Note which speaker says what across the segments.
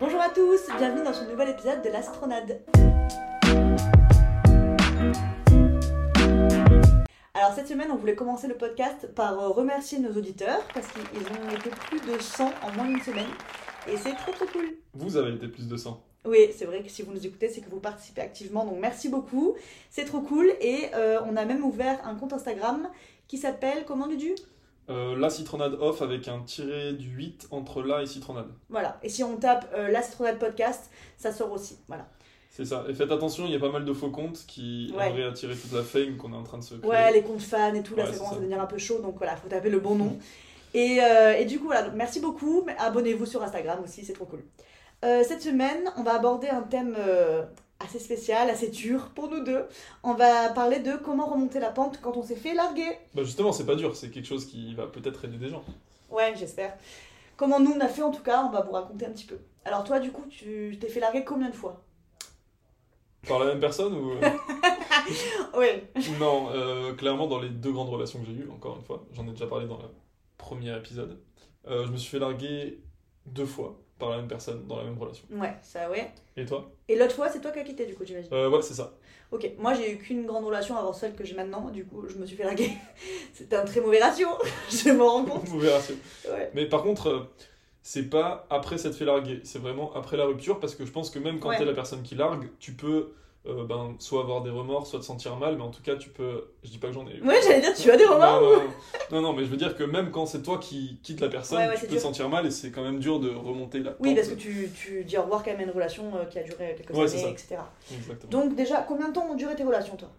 Speaker 1: Bonjour à tous, bienvenue dans ce nouvel épisode de l'Astronade. Alors cette semaine, on voulait commencer le podcast par euh, remercier nos auditeurs parce qu'ils ont été plus de 100 en moins d'une semaine et c'est trop trop cool.
Speaker 2: Vous avez été plus de 100.
Speaker 1: Oui, c'est vrai que si vous nous écoutez, c'est que vous participez activement, donc merci beaucoup, c'est trop cool et euh, on a même ouvert un compte Instagram qui s'appelle comment Dudu
Speaker 2: Euh, la citronade off avec un tiré du 8 entre la et citronade.
Speaker 1: Voilà, et si on tape euh, l'Astronade Podcast, ça sort aussi, voilà.
Speaker 2: C'est ça. Et faites attention, il y a pas mal de faux comptes qui
Speaker 1: Ouais.
Speaker 2: aimeraient attirer toute la fame qu'on est en train de se créer.
Speaker 1: Ouais, les comptes fans et tout, là
Speaker 2: Ouais,
Speaker 1: ça
Speaker 2: c'est
Speaker 1: commence
Speaker 2: ça.
Speaker 1: à
Speaker 2: Mm.
Speaker 1: devenir un peu chaud, donc voilà, faut taper le bon nom. Et, euh, et du coup, voilà, donc merci beaucoup. Mais Abonnez-vous sur Instagram aussi, c'est trop cool. Euh, cette semaine, on va aborder un thème euh, assez spécial, assez dur pour nous deux. On va parler de comment remonter la pente quand on s'est fait larguer.
Speaker 2: Bah justement, c'est pas dur, c'est quelque chose qui va peut-être aider des gens.
Speaker 1: Ouais, j'espère. Comment nous on a fait en tout cas, on va vous raconter un petit peu. Alors toi, du coup, tu t'es fait larguer combien de fois
Speaker 2: Par la même personne ou euh,
Speaker 1: Ouais,
Speaker 2: non euh, Clairement, dans les deux grandes relations que j'ai eues, encore une fois, j'en ai déjà parlé dans le premier épisode. euh, je me suis fait larguer deux fois par la même personne dans la même relation.
Speaker 1: ouais, ça ouais.
Speaker 2: Et toi
Speaker 1: Et l'autre fois, c'est toi qui as quitté du coup, j'imagine.
Speaker 2: Euh, Ouais, c'est ça.
Speaker 1: Ok, moi j'ai eu qu'une grande relation avant celle que j'ai maintenant, du coup je me suis fait larguer. C'était un très mauvais ratio, je m'en rends compte.
Speaker 2: Vous verrez.
Speaker 1: Ouais.
Speaker 2: Mais par contre, euh, c'est pas après s'être fait larguer, c'est vraiment après la rupture, parce que je pense que même quand
Speaker 1: Ouais.
Speaker 2: t'es la personne qui largue, tu peux euh, ben, soit avoir des remords, soit te sentir mal, mais en tout cas, tu peux. Je dis pas que j'en ai eu.
Speaker 1: Ouais, j'allais dire, tu as des
Speaker 2: non,
Speaker 1: remords
Speaker 2: non, non. non, non, mais je veux dire que même quand c'est toi qui quitte la personne,
Speaker 1: Ouais, ouais, c'est
Speaker 2: tu peux te
Speaker 1: dur.
Speaker 2: sentir mal et c'est quand même dur de remonter la
Speaker 1: Oui,
Speaker 2: pente.
Speaker 1: parce que tu, tu dis au revoir quand même à une relation euh, qui a duré quelques
Speaker 2: Ouais, c'est
Speaker 1: années,
Speaker 2: ça.
Speaker 1: etc.
Speaker 2: Exactement.
Speaker 1: Donc déjà, combien de temps ont duré tes relations toi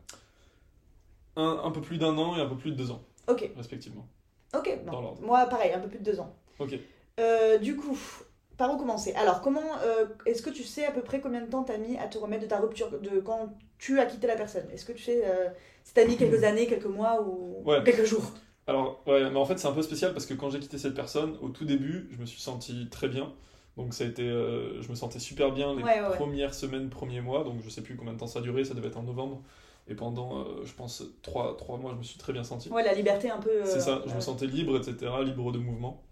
Speaker 2: Un, un peu plus d'un an et un peu plus de deux ans,
Speaker 1: Ok,
Speaker 2: respectivement.
Speaker 1: ok, non.
Speaker 2: Dans l'ordre.
Speaker 1: Moi pareil, un peu plus de deux ans.
Speaker 2: Ok.
Speaker 1: Euh, du coup, par où commencer Alors, comment euh, est-ce que tu sais à peu près combien de temps t'as mis à te remettre de ta rupture, de quand tu as quitté la personne Est-ce que tu sais euh, si t'as mis quelques années, quelques mois ou
Speaker 2: Hmm. Ouais.
Speaker 1: quelques jours
Speaker 2: Alors, ouais, mais en fait, c'est un peu spécial parce que quand j'ai quitté cette personne, au tout début, je me suis senti très bien. Donc, ça a été, euh, je me sentais super bien les
Speaker 1: Ouais, ouais, ouais.
Speaker 2: premières semaines, premiers mois. Donc, je sais plus combien de temps ça a duré, ça devait être en novembre. Et pendant, euh, je pense, trois, trois mois, je me suis très bien senti.
Speaker 1: Ouais, la liberté un peu. euh,
Speaker 2: C'est ça, je
Speaker 1: euh,
Speaker 2: me sentais libre, etc., libre de mouvement.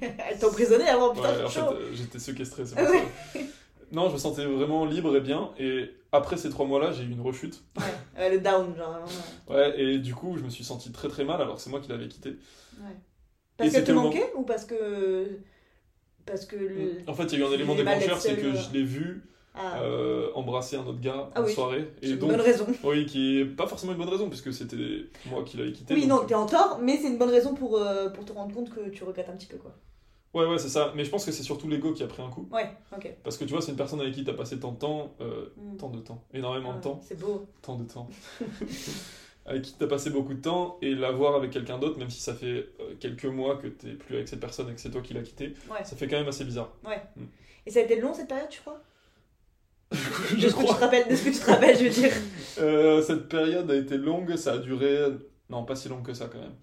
Speaker 1: Elle t'emprisonnait avant, Oh, putain,
Speaker 2: Ouais,
Speaker 1: c'est
Speaker 2: en fait,
Speaker 1: chaud. Ah
Speaker 2: euh, j'étais séquestré, c'est pour ça. Non, je me sentais vraiment libre et bien. Et après ces trois mois-là, j'ai eu une rechute.
Speaker 1: Ouais, ouais, Euh, le down, genre. vraiment, ouais.
Speaker 2: Ouais, euh. et du coup, je me suis senti très très mal alors que c'est moi qui l'avais quitté.
Speaker 1: Parce qu'elle
Speaker 2: c'était
Speaker 1: te
Speaker 2: le moment-
Speaker 1: manquait ou parce que. Parce que. le-
Speaker 2: En fait, il y a eu un
Speaker 1: Il
Speaker 2: élément
Speaker 1: est mal d'être
Speaker 2: déclencheur, c'est
Speaker 1: seul,
Speaker 2: que
Speaker 1: euh.
Speaker 2: je l'ai vu.
Speaker 1: Ah,
Speaker 2: euh, embrasser un autre gars
Speaker 1: Ah
Speaker 2: en
Speaker 1: oui.
Speaker 2: soirée.
Speaker 1: c'est
Speaker 2: Et
Speaker 1: une
Speaker 2: donc,
Speaker 1: bonne raison.
Speaker 2: oui, qui est pas forcément une bonne raison, puisque c'était moi qui l'avais quitté.
Speaker 1: Oui,
Speaker 2: donc-
Speaker 1: non, t'es en tort, mais c'est une bonne raison pour, euh, pour te rendre compte que tu regrettes un petit peu, quoi.
Speaker 2: euh, Ouais, ouais, c'est ça. Mais je pense que c'est surtout l'ego qui a pris un coup.
Speaker 1: Ouais, ok.
Speaker 2: Parce que tu vois, c'est une personne avec qui t'as passé tant de temps, euh,
Speaker 1: Mm.
Speaker 2: tant de temps, énormément
Speaker 1: Ah,
Speaker 2: de temps,
Speaker 1: C'est beau.
Speaker 2: tant de temps. avec qui t'as passé beaucoup de temps, et la voir avec quelqu'un d'autre, même si ça fait euh, quelques mois que t'es plus avec cette personne et que c'est toi qui l'as quitté,
Speaker 1: Ouais.
Speaker 2: ça fait quand même assez bizarre.
Speaker 1: Et ça a été long cette période, tu crois
Speaker 2: je
Speaker 1: De ce que tu
Speaker 2: crois.
Speaker 1: te rappelles, de ce que tu te rappelles, je veux dire.
Speaker 2: Euh, cette période a été longue, ça a duré. Non, pas si longue que ça quand même.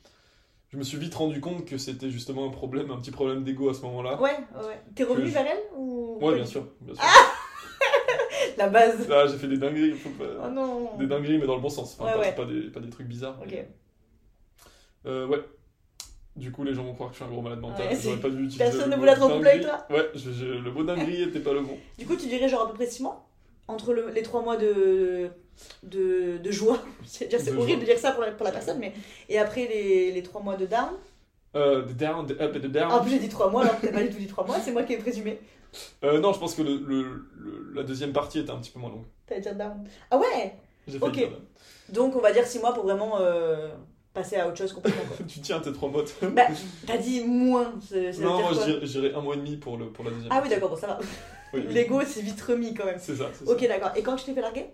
Speaker 2: Je me suis vite rendu compte que c'était justement un problème, un petit problème d'ego à ce moment-là.
Speaker 1: Ouais, ouais. T'es revenu
Speaker 2: Que je-
Speaker 1: vers elle ou
Speaker 2: Ouais, bien sûr. Bien sûr.
Speaker 1: Ah La base.
Speaker 2: Ah, j'ai fait des dingueries. faut
Speaker 1: Oh
Speaker 2: pas-
Speaker 1: non.
Speaker 2: Euh, Des dingueries, mais dans le bon sens. Enfin,
Speaker 1: Ouais,
Speaker 2: pas,
Speaker 1: ouais.
Speaker 2: Pas, des, pas des trucs bizarres.
Speaker 1: Ok.
Speaker 2: mais- Euh, ouais. Du coup, les gens vont croire que je suis un gros malade mental.
Speaker 1: Ouais, c'est-
Speaker 2: J'aurais pas dû utiliser
Speaker 1: personne
Speaker 2: le
Speaker 1: ne
Speaker 2: mot
Speaker 1: voulait te recoupler avec
Speaker 2: dinguerie. Ouais, je- je- le mot dinguerie était pas le bon.
Speaker 1: Du coup, tu dirais genre à peu près six mois entre le- les trois mois de, de, de joie. C'est dire- c'est
Speaker 2: De
Speaker 1: horrible
Speaker 2: joie.
Speaker 1: de dire ça pour la, pour la personne, mais. Et après les, les trois mois de down.
Speaker 2: Euh, the down, the up et the down.
Speaker 1: Ah, en plus, j'ai dit trois mois, alors que t'as pas du tout dit trois mois, c'est moi qui ai présumé.
Speaker 2: Euh, non, je pense que le- le- le- la deuxième partie était un petit peu moins longue.
Speaker 1: T'allais dire down. Ah ouais
Speaker 2: J'ai fait
Speaker 1: Ok.
Speaker 2: dire,
Speaker 1: Donc, on va dire six mois pour vraiment euh, passer à autre chose complètement. quoi.
Speaker 2: Tu tiens tes trois mots. toi.
Speaker 1: bah, t'as dit moins. c'est- ça veut
Speaker 2: Non,
Speaker 1: dire
Speaker 2: moi
Speaker 1: quoi
Speaker 2: je dirais- je dirais un mois et demi pour, le, pour la deuxième.
Speaker 1: Ah oui, d'accord, bon, ça va.
Speaker 2: Oui, oui.
Speaker 1: L'ego, c'est vite remis quand même.
Speaker 2: C'est ça, c'est
Speaker 1: Ok,
Speaker 2: ça.
Speaker 1: d'accord. Et quand tu t'es fait larguer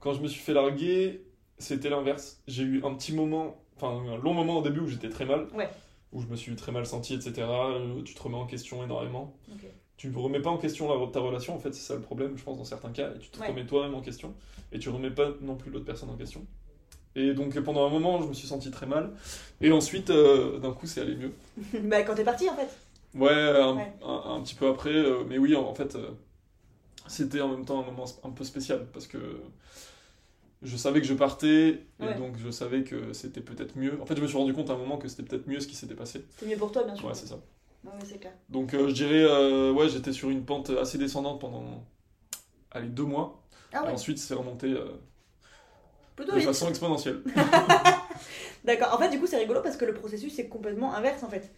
Speaker 2: Quand je me suis fait larguer, c'était l'inverse. J'ai eu un petit moment, enfin un long moment au début où j'étais très mal.
Speaker 1: Ouais.
Speaker 2: Où je me suis très mal senti, etc. Euh, Tu te remets en question énormément.
Speaker 1: Ok.
Speaker 2: Tu ne remets pas en question la- ta relation, en fait, c'est ça le problème, je pense, dans certains cas. Et tu te
Speaker 1: Ouais.
Speaker 2: remets toi-même en question. Et tu remets pas non plus l'autre personne en question. Et donc pendant un moment, je me suis senti très mal. Et ensuite, euh, d'un coup, c'est allé mieux.
Speaker 1: Bah, quand t'es parti en fait.
Speaker 2: Ouais, un,
Speaker 1: Ouais.
Speaker 2: un- un petit peu après, euh, mais oui, en, en fait, euh, c'était en même temps un moment un peu spécial parce que je savais que je partais et
Speaker 1: Ouais.
Speaker 2: donc je
Speaker 1: Ah,
Speaker 2: savais que c'était peut-être mieux. En fait, je me suis rendu compte à un moment que c'était peut-être mieux ce qui s'était passé.
Speaker 1: C'est mieux pour toi, bien sûr.
Speaker 2: Ouais, c'est ça.
Speaker 1: Non, mais c'est clair.
Speaker 2: Donc euh, je dirais, euh, ouais, j'étais sur une pente assez descendante pendant, allez, deux mois.
Speaker 1: Ah
Speaker 2: Et
Speaker 1: ouais,
Speaker 2: ensuite, c'est remonté euh,
Speaker 1: plutôt
Speaker 2: de
Speaker 1: vite.
Speaker 2: façon exponentielle.
Speaker 1: D'accord. En fait, du coup, c'est rigolo parce que le processus c'est complètement inverse en fait.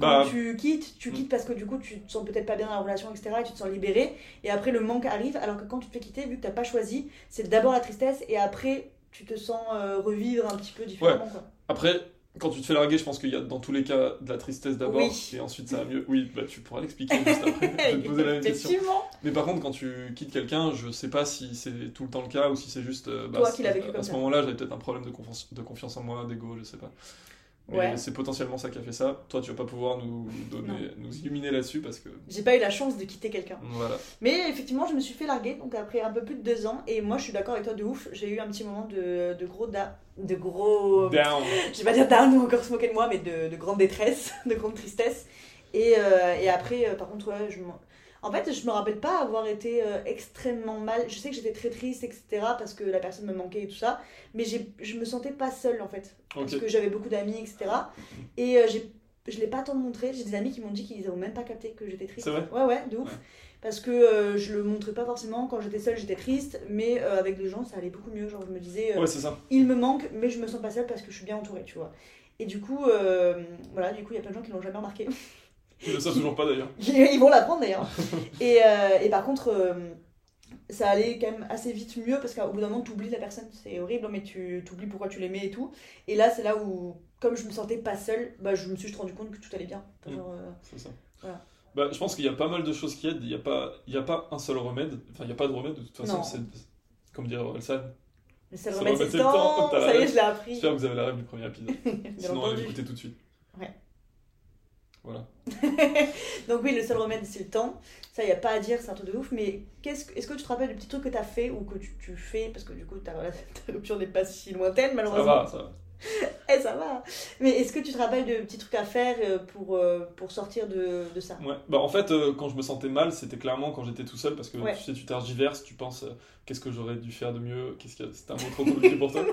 Speaker 1: Quand
Speaker 2: Bah,
Speaker 1: tu quittes, tu
Speaker 2: hmm.
Speaker 1: quittes parce que du coup tu te sens peut-être pas bien dans la relation, etc. Et tu te sens libéré. Et après le manque arrive. Alors que quand tu te fais quitter, vu que t'as pas choisi, c'est d'abord la tristesse et après tu te sens euh, revivre un petit peu différemment. Quoi.
Speaker 2: Après, quand tu te fais larguer, je pense qu'il y a dans tous les cas de la tristesse d'abord,
Speaker 1: Oui.
Speaker 2: et ensuite ça va mieux. Oui, bah, tu pourras l'expliquer juste après. je vais te poser la même question.
Speaker 1: Effectivement.
Speaker 2: Mais par contre, quand tu quittes quelqu'un, je sais pas si c'est tout le temps le cas ou si c'est juste. euh,
Speaker 1: Toi
Speaker 2: à-
Speaker 1: qui l'as vécu
Speaker 2: à-
Speaker 1: comme
Speaker 2: À ce
Speaker 1: ça.
Speaker 2: moment-là, j'avais peut-être un problème de confiance, de confiance en moi, d'ego, je sais pas. Mais
Speaker 1: Ouais.
Speaker 2: c'est potentiellement ça qui a fait ça. Toi, tu vas pas pouvoir nous, donner, nous illuminer là-dessus parce que.
Speaker 1: J'ai pas eu la chance de quitter quelqu'un.
Speaker 2: Voilà.
Speaker 1: Mais effectivement, je me suis fait larguer, donc après un peu plus de deux ans. Et moi, je suis d'accord avec toi de ouf. J'ai eu un petit moment de, de gros da, de gros.
Speaker 2: Down.
Speaker 1: je vais pas dire down ou encore se moquer de moi, mais de, de grande détresse, de grande tristesse. Et, euh, et après, euh, par contre, ouais, je m'en- en fait, je me rappelle pas avoir été euh, extrêmement mal. Je sais que j'étais très triste, etc., parce que la personne me manquait et tout ça. Mais j'ai- je me sentais pas seule, en fait. Parce
Speaker 2: Ok.
Speaker 1: que j'avais beaucoup d'amis, etc. Et euh, j'ai- je l'ai pas tant montré. J'ai des amis qui m'ont dit qu'ils n'ont même pas capté que j'étais triste.
Speaker 2: C'est vrai
Speaker 1: Ouais, ouais, de ouf.
Speaker 2: Ouais.
Speaker 1: Parce que euh, je le montrais pas forcément. Quand j'étais seule, j'étais triste. Mais euh, avec les gens, ça allait beaucoup mieux. Genre, je me disais, euh,
Speaker 2: Ouais, c'est ça.
Speaker 1: il me manque, mais je me sens pas seule parce que je suis bien entourée, tu vois. Et du coup, euh, voilà, du coup, il y a plein de gens qui l'ont jamais remarqué.
Speaker 2: Ils le savent toujours pas d'ailleurs.
Speaker 1: Ils vont l'apprendre d'ailleurs. Et, euh, et par contre, euh, ça allait quand même assez vite mieux parce qu'au bout d'un moment, tu oublies la personne. C'est horrible, mais tu oublies pourquoi tu l'aimais et tout. Et là, c'est là où, comme je me sentais pas seule, bah, je me suis juste rendu compte que tout allait bien. Enfin,
Speaker 2: Mm.
Speaker 1: genre, euh,
Speaker 2: C'est ça.
Speaker 1: Voilà.
Speaker 2: Bah, je pense qu'il y a pas mal de choses qui aident. Il n'y a, pas- il y a pas un seul remède. Enfin, il n'y a pas de remède de toute façon.
Speaker 1: Non.
Speaker 2: C'est comme dirait Orelsan.
Speaker 1: le seul
Speaker 2: Ça
Speaker 1: remède,
Speaker 2: remet
Speaker 1: c'est
Speaker 2: le
Speaker 1: le
Speaker 2: temps,
Speaker 1: temps.
Speaker 2: t'as
Speaker 1: Ça y est, je l'ai appris.
Speaker 2: J'espère que vous avez la rêve du premier épisode.
Speaker 1: Bien
Speaker 2: Sinon, allez
Speaker 1: entendu.
Speaker 2: l'écouter tout de suite.
Speaker 1: Ouais.
Speaker 2: Voilà.
Speaker 1: Donc, oui, le seul remède, c'est le temps. Ça, il a pas à dire, c'est un truc de ouf. Mais qu'est-ce que- est-ce que tu te rappelles du petit truc que t'as fait ou que tu, tu fais Parce que du coup, ta ta rupture n'est pas si lointaine,
Speaker 2: Ça
Speaker 1: malheureusement.
Speaker 2: va, ça va.
Speaker 1: Eh, ça va. Mais est-ce que tu te rappelles de petits trucs à faire euh, pour, euh, pour sortir de, de ça
Speaker 2: Ouais. Bah, en fait, euh, quand je me sentais mal, c'était clairement quand j'étais tout seul parce que
Speaker 1: Ouais.
Speaker 2: tu sais, tu tergiverses, tu penses euh, qu'est-ce que j'aurais dû faire de mieux, qu'est-ce que c'était un mot trop compliqué pour toi.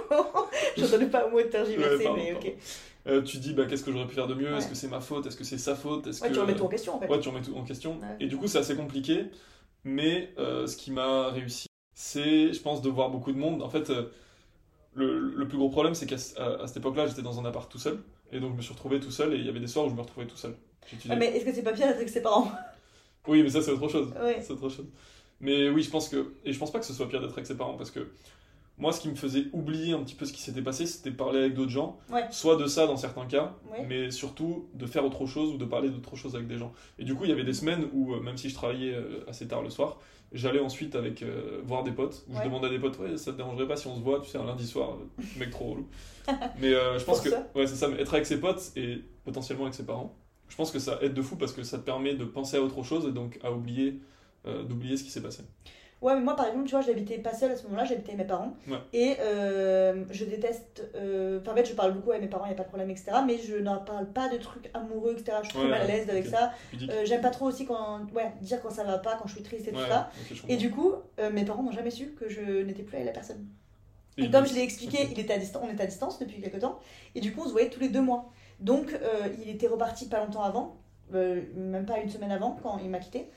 Speaker 1: J'entendais pas un mot de
Speaker 2: Ouais,
Speaker 1: tergiverser,
Speaker 2: pardon,
Speaker 1: mais
Speaker 2: pardon.
Speaker 1: ok.
Speaker 2: Euh, tu dis bah, qu'est-ce que j'aurais pu faire de mieux, est-ce
Speaker 1: Ouais.
Speaker 2: que c'est ma faute, est-ce que c'est sa faute, est-ce
Speaker 1: Ouais,
Speaker 2: que euh,
Speaker 1: tu remets tout en question en fait.
Speaker 2: Ouais, tu remets tout en question.
Speaker 1: Ouais.
Speaker 2: Et du coup, c'est assez compliqué. Mais euh, ce qui m'a réussi, c'est, je pense, de voir beaucoup de monde. En fait, euh, le, le plus gros problème, c'est qu'à ce- à- à cette époque-là, j'étais dans un appart tout seul. Et donc, je me suis retrouvé tout seul. Et il y avait des soirs où je me retrouvais tout seul.
Speaker 1: Ah,
Speaker 2: J'étudiais.
Speaker 1: mais est-ce que c'est pas pire d'être avec ses parents
Speaker 2: Oui, mais ça, c'est autre chose.
Speaker 1: Ouais.
Speaker 2: C'est autre chose. Mais oui, je pense que. Et je pense pas que ce soit pire d'être avec ses parents parce que. Moi, ce qui me faisait oublier un petit peu ce qui s'était passé, c'était de parler avec d'autres gens.
Speaker 1: Ouais.
Speaker 2: Soit de ça dans certains cas,
Speaker 1: Ouais.
Speaker 2: mais surtout de faire autre chose ou de parler d'autre chose avec des gens. Et du coup, il y avait des semaines où, euh, même si je travaillais euh, assez tard le soir, j'allais ensuite avec euh, voir des potes, où je
Speaker 1: Ouais.
Speaker 2: demandais à des potes, ouais, ça te dérangerait pas si on se voit, tu sais, un lundi soir, euh, mec trop relou. mais euh, je pense
Speaker 1: Pour
Speaker 2: que,
Speaker 1: ça.
Speaker 2: ouais, c'est ça, mais être avec ses potes et potentiellement avec ses parents, je pense que ça aide de fou parce que ça te permet de penser à autre chose et donc à oublier, euh, d'oublier ce qui s'est passé.
Speaker 1: Ouais, mais moi par exemple, tu vois, j'habitais pas seule à ce moment-là, j'habitais avec mes parents.
Speaker 2: Ouais.
Speaker 1: Et euh, je déteste. euh, Enfin, en fait, je parle beaucoup avec mes parents, y a pas de problème, etc. Mais je n'en parle pas de trucs amoureux, etc. Je suis
Speaker 2: Ouais,
Speaker 1: très mal à l'aise avec
Speaker 2: ok.
Speaker 1: ça.
Speaker 2: Tu dis,
Speaker 1: Euh, J'aime pas trop aussi quand. Ouais, dire quand ça va pas, quand je suis triste et tout
Speaker 2: ouais,
Speaker 1: ça.
Speaker 2: ok, je
Speaker 1: Et
Speaker 2: comprends.
Speaker 1: du coup, euh, mes parents n'ont jamais su que je n'étais plus avec la personne.
Speaker 2: Et
Speaker 1: Et
Speaker 2: il
Speaker 1: comme
Speaker 2: dit-
Speaker 1: je l'ai expliqué,
Speaker 2: Ok.
Speaker 1: il était à distan- on était à distance depuis quelques temps, et du coup on se voyait tous les deux mois. Donc euh, il était reparti pas longtemps avant, euh, même pas une semaine avant quand il m'a quitté.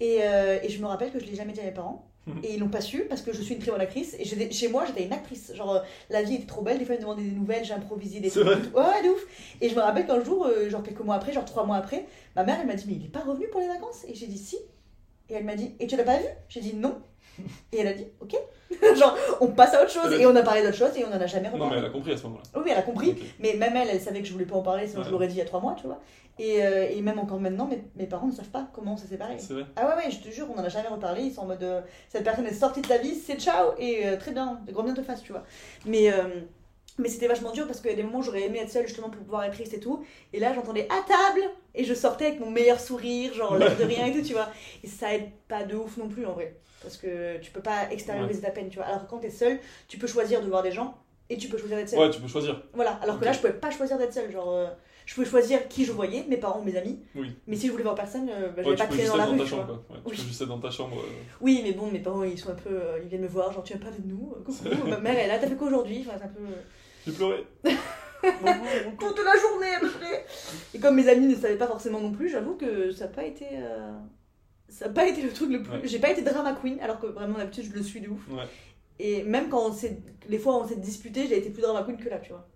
Speaker 1: Et, euh, et je me rappelle que je l'ai jamais dit à mes parents.
Speaker 2: Mhm.
Speaker 1: Et ils l'ont pas su parce que je suis une très bonne actrice. Et j'étais- chez moi, j'étais une actrice. Genre, euh, la vie était trop belle. Des fois, ils me demandaient des nouvelles, j'improvisais des
Speaker 2: C'est
Speaker 1: trucs. Ouais, ouais, de ouf. Et je me rappelle qu'un jour, euh, genre quelques mois après, genre trois mois après, ma mère, elle m'a dit Mais il est pas revenu pour les vacances Et j'ai dit Si. Et elle m'a dit Et tu l'as pas vu J'ai dit Non. Et elle a dit Ok. genre, on passe à autre chose. Et on a parlé d'autre chose et on en a jamais
Speaker 2: Non, mais
Speaker 1: reparlé.
Speaker 2: elle a compris à ce moment-là.
Speaker 1: Oui, elle a compris.
Speaker 2: Ok.
Speaker 1: Mais même elle, elle savait que je voulais pas en parler, sinon je
Speaker 2: Ouais.
Speaker 1: l'aurais dit il y a trois mois, tu vois. Et, euh, et même encore maintenant, mes, mes parents ne savent pas comment on s'est séparés.
Speaker 2: C'est vrai.
Speaker 1: Ah ouais, ouais, je te jure, on n'en a jamais reparlé. Ils sont en mode euh, cette personne est sortie de ta vie, c'est ciao et euh, très bien, grand bien te fasse, tu vois. Mais, euh, mais c'était vachement dur parce qu'il y a des moments où j'aurais aimé être seule justement pour pouvoir être triste et tout. Et là, j'entendais à table et je sortais avec mon meilleur sourire, genre l'air de rien et tout, tu vois. Et ça aide pas de ouf non plus en vrai parce que tu peux pas extérioriser ta peine, tu vois. Alors que quand t'es seule, tu peux choisir de voir des gens et tu peux choisir d'être seule.
Speaker 2: Ouais, tu peux choisir.
Speaker 1: Voilà, alors que
Speaker 2: Ok.
Speaker 1: là, je pouvais pas choisir d'être seule. Genre, euh, je pouvais choisir qui je voyais, mes parents, mes amis.
Speaker 2: Oui.
Speaker 1: Mais si je voulais voir personne, euh, bah, je
Speaker 2: Ouais,
Speaker 1: vais
Speaker 2: tu
Speaker 1: pas
Speaker 2: peux
Speaker 1: traîner
Speaker 2: juste
Speaker 1: dans
Speaker 2: être
Speaker 1: la
Speaker 2: dans
Speaker 1: rue.
Speaker 2: ta
Speaker 1: tu vois.
Speaker 2: chambre. quoi. Ouais,
Speaker 1: Oui.
Speaker 2: Tu peux juste être dans ta chambre. euh,
Speaker 1: Oui, mais bon, mes parents, ils sont un peu. euh, ils viennent me voir, genre, tu viens pas avec nous euh, Coucou, ma mère, elle est là, t'as fait quoi aujourd'hui Enfin, c'est un peu. euh,
Speaker 2: J'ai pleuré.
Speaker 1: toute la journée à peu près. Et comme mes amis ne savaient pas forcément non plus, j'avoue que ça n'a pas été. euh, Ça n'a pas été le truc le plus.
Speaker 2: Ouais.
Speaker 1: J'ai pas été drama queen, alors que vraiment d'habitude je le suis de ouf.
Speaker 2: Ouais.
Speaker 1: Et même quand on s'est. Les fois où on s'est disputé, j'ai été plus drama queen que là, tu vois.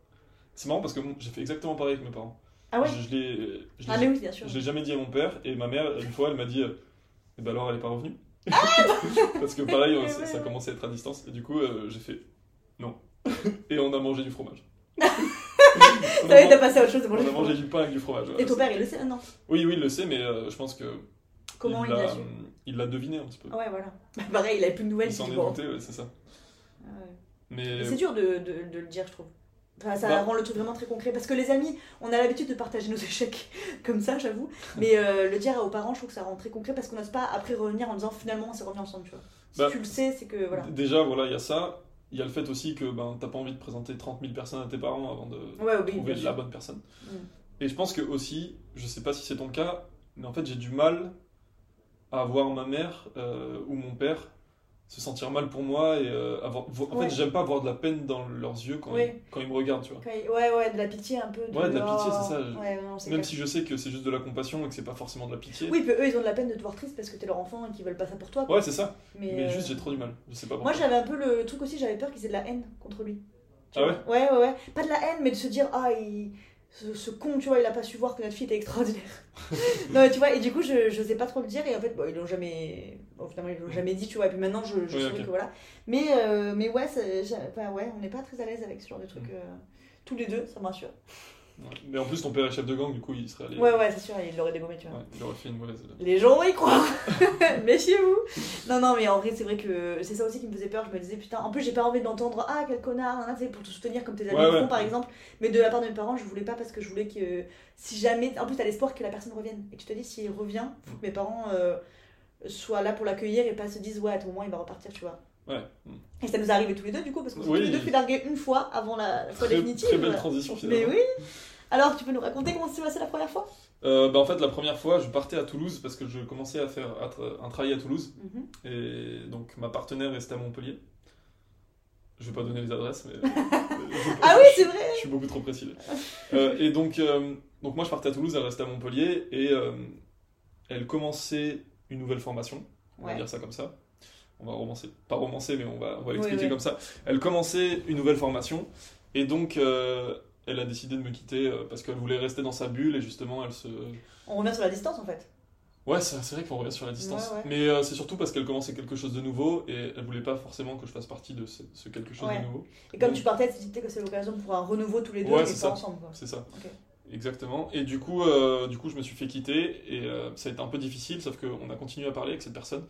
Speaker 2: C'est marrant parce que moi, j'ai fait exactement pareil avec mes parents.
Speaker 1: Ah ouais
Speaker 2: Je, je l'ai, euh, je
Speaker 1: Ah,
Speaker 2: l'ai-
Speaker 1: mais oui, bien sûr.
Speaker 2: je l'ai jamais dit à mon père et ma mère, une fois, elle m'a dit euh, Eh ben alors, elle est pas revenue. parce que pareil,
Speaker 1: Ouais,
Speaker 2: euh, ça,
Speaker 1: Ah ouais,
Speaker 2: ça
Speaker 1: ouais.
Speaker 2: commençait à être à distance et du coup, euh, j'ai fait Non. et on a mangé du fromage. on,
Speaker 1: Ça y est, t'as
Speaker 2: a, man-
Speaker 1: passé à autre chose, c'est bon,
Speaker 2: on a
Speaker 1: j'ai fait
Speaker 2: mangé
Speaker 1: pour-
Speaker 2: du pain avec du fromage. voilà.
Speaker 1: Et ton père, il le sait Non.
Speaker 2: Oui, oui, il le sait, mais euh, je pense que
Speaker 1: Comment il
Speaker 2: l'a,
Speaker 1: l'a su
Speaker 2: il l'a deviné un petit peu.
Speaker 1: Ah Ouais, voilà. Bah, pareil, il avait plus de nouvelles.
Speaker 2: il s'en
Speaker 1: c'est
Speaker 2: est
Speaker 1: bon.
Speaker 2: douté, ouais, c'est ça.
Speaker 1: Ah ouais.
Speaker 2: Mais
Speaker 1: Et C'est dur de, de- de le dire, je trouve. Enfin, ça
Speaker 2: Euh, Bah.
Speaker 1: rend le truc vraiment très concret. Parce que les amis, on a l'habitude de partager nos échecs comme ça, j'avoue. Mais euh, le dire aux parents, je trouve que ça rend très concret parce qu'on n'ose pas après revenir en disant finalement on s'est remis ensemble, tu vois. Si
Speaker 2: Bah.
Speaker 1: tu le sais, c'est que voilà.
Speaker 2: d- déjà, voilà, il y a ça. Il y a le fait aussi que ben, t'as pas envie de présenter 30 000 personnes à tes parents avant de
Speaker 1: Ouais, oui,
Speaker 2: trouver
Speaker 1: bien
Speaker 2: la
Speaker 1: sûr.
Speaker 2: bonne personne.
Speaker 1: Mm.
Speaker 2: Et je pense que aussi, je sais pas si c'est ton cas, mais en fait j'ai du mal à voir ma mère euh, ou mon père se sentir mal pour moi et euh, avoir. vo- En
Speaker 1: Ouais.
Speaker 2: fait, j'aime pas avoir de la peine dans leurs yeux quand,
Speaker 1: Ouais.
Speaker 2: ils, quand ils me regardent, tu vois.
Speaker 1: Quand il- Ouais, ouais, de la pitié un peu.
Speaker 2: Ouais, de la pitié, c'est ça.
Speaker 1: Oh. Ouais, non, c'est
Speaker 2: Même
Speaker 1: clair.
Speaker 2: si je sais que c'est juste de la compassion et que c'est pas forcément de la pitié.
Speaker 1: Oui, puis eux, ils ont de la peine de te voir triste parce que t'es leur enfant et qu'ils veulent pas ça pour toi. quoi.
Speaker 2: Ouais, c'est ça.
Speaker 1: mais
Speaker 2: Mais
Speaker 1: euh,
Speaker 2: juste j'ai trop du mal. Je sais pas pourquoi.
Speaker 1: Moi, j'avais un peu le truc aussi, j'avais peur qu'ils aient de la haine contre lui. Tu
Speaker 2: Ah
Speaker 1: vois. ouais Ouais, ouais, Pas de la haine, mais de se dire, ah, il- ce, ce con, tu vois, il a pas su voir que notre fille était extraordinaire. non, mais tu vois, et du coup, je, je sais pas trop le dire, et en fait, bon, ils l'ont jamais. bon, finalement, ils l'ont jamais dit, tu vois, et puis maintenant, je, je
Speaker 2: Oui,
Speaker 1: saurais
Speaker 2: ok.
Speaker 1: que voilà. Mais, euh, mais ouais, ça- j'a- enfin, ouais, on n'est pas très à l'aise avec ce genre de truc.
Speaker 2: Mm.
Speaker 1: euh, Tous les deux, ça me rassure.
Speaker 2: Ouais. Mais en plus, ton père est chef de gang, du coup, il serait allé.
Speaker 1: Ouais, ouais, c'est sûr, il l'aurait dégommé, tu vois.
Speaker 2: Ouais, il aurait fait une mauvaise.
Speaker 1: Les gens y croient Méfiez-vous Non, non, mais en vrai, c'est vrai que c'est ça aussi qui me faisait peur. Je me disais, putain, en plus, j'ai pas envie d'entendre Ah, quel connard nanana, tu sais, pour te soutenir comme tes amis
Speaker 2: Ouais,
Speaker 1: le
Speaker 2: ouais.
Speaker 1: font, par exemple. Mais de la part de mes parents, je voulais pas parce que je voulais que si jamais. En plus, t'as l'espoir que la personne revienne. Et tu te dis, s'il revient, faut que mes parents euh, soient là pour l'accueillir et pas se disent, ouais, au moins, il va repartir, tu vois.
Speaker 2: Ouais. Mm.
Speaker 1: Et ça nous est arrivé tous les deux, du coup, parce qu'on s'est
Speaker 2: Oui.
Speaker 1: tous les deux fait larguer une fois avant la, la fois
Speaker 2: Très,
Speaker 1: définitive.
Speaker 2: très belle transition finalement.
Speaker 1: mais oui Alors, tu peux nous raconter comment ça s'est passé la première fois
Speaker 2: Euh, bah, en fait, la première fois, je partais à Toulouse parce que je commençais à faire à tra- un travail à Toulouse.
Speaker 1: Mhm.
Speaker 2: Et donc, ma partenaire restait à Montpellier. Je vais pas donner les adresses, mais. euh, Je-
Speaker 1: Ah oui, c'est vrai
Speaker 2: Je suis beaucoup trop précis. là. Euh, et donc, euh, donc, moi, je partais à Toulouse, elle restait à Montpellier. Et euh, elle commençait une nouvelle formation. On va
Speaker 1: Ouais.
Speaker 2: dire ça comme ça. On va romancer. Pas romancer, mais on va, on va l'expliquer
Speaker 1: oui.
Speaker 2: comme ça. Elle commençait une nouvelle formation. Et donc, euh, elle a décidé de me quitter euh, parce qu'elle voulait rester dans sa bulle. Et justement, elle se.
Speaker 1: On revient sur la distance en fait.
Speaker 2: Ouais, c'est c'est vrai qu'on revient sur la distance.
Speaker 1: Ouais, ouais.
Speaker 2: Mais euh, c'est surtout parce qu'elle commençait quelque chose de nouveau et elle voulait pas forcément que je fasse partie de ce, ce quelque chose
Speaker 1: Ouais.
Speaker 2: de nouveau.
Speaker 1: Et comme
Speaker 2: Donc-
Speaker 1: tu partais, tu disais que c'est l'occasion pour un renouveau tous les deux
Speaker 2: Mm. Ouais,
Speaker 1: et
Speaker 2: c'est
Speaker 1: pas
Speaker 2: ça.
Speaker 1: ensemble. Quoi.
Speaker 2: C'est ça.
Speaker 1: Ok.
Speaker 2: Exactement. Et du coup, euh, du coup, je me suis fait quitter et euh, ça a été un peu difficile, sauf qu'on a continué à parler avec cette personne.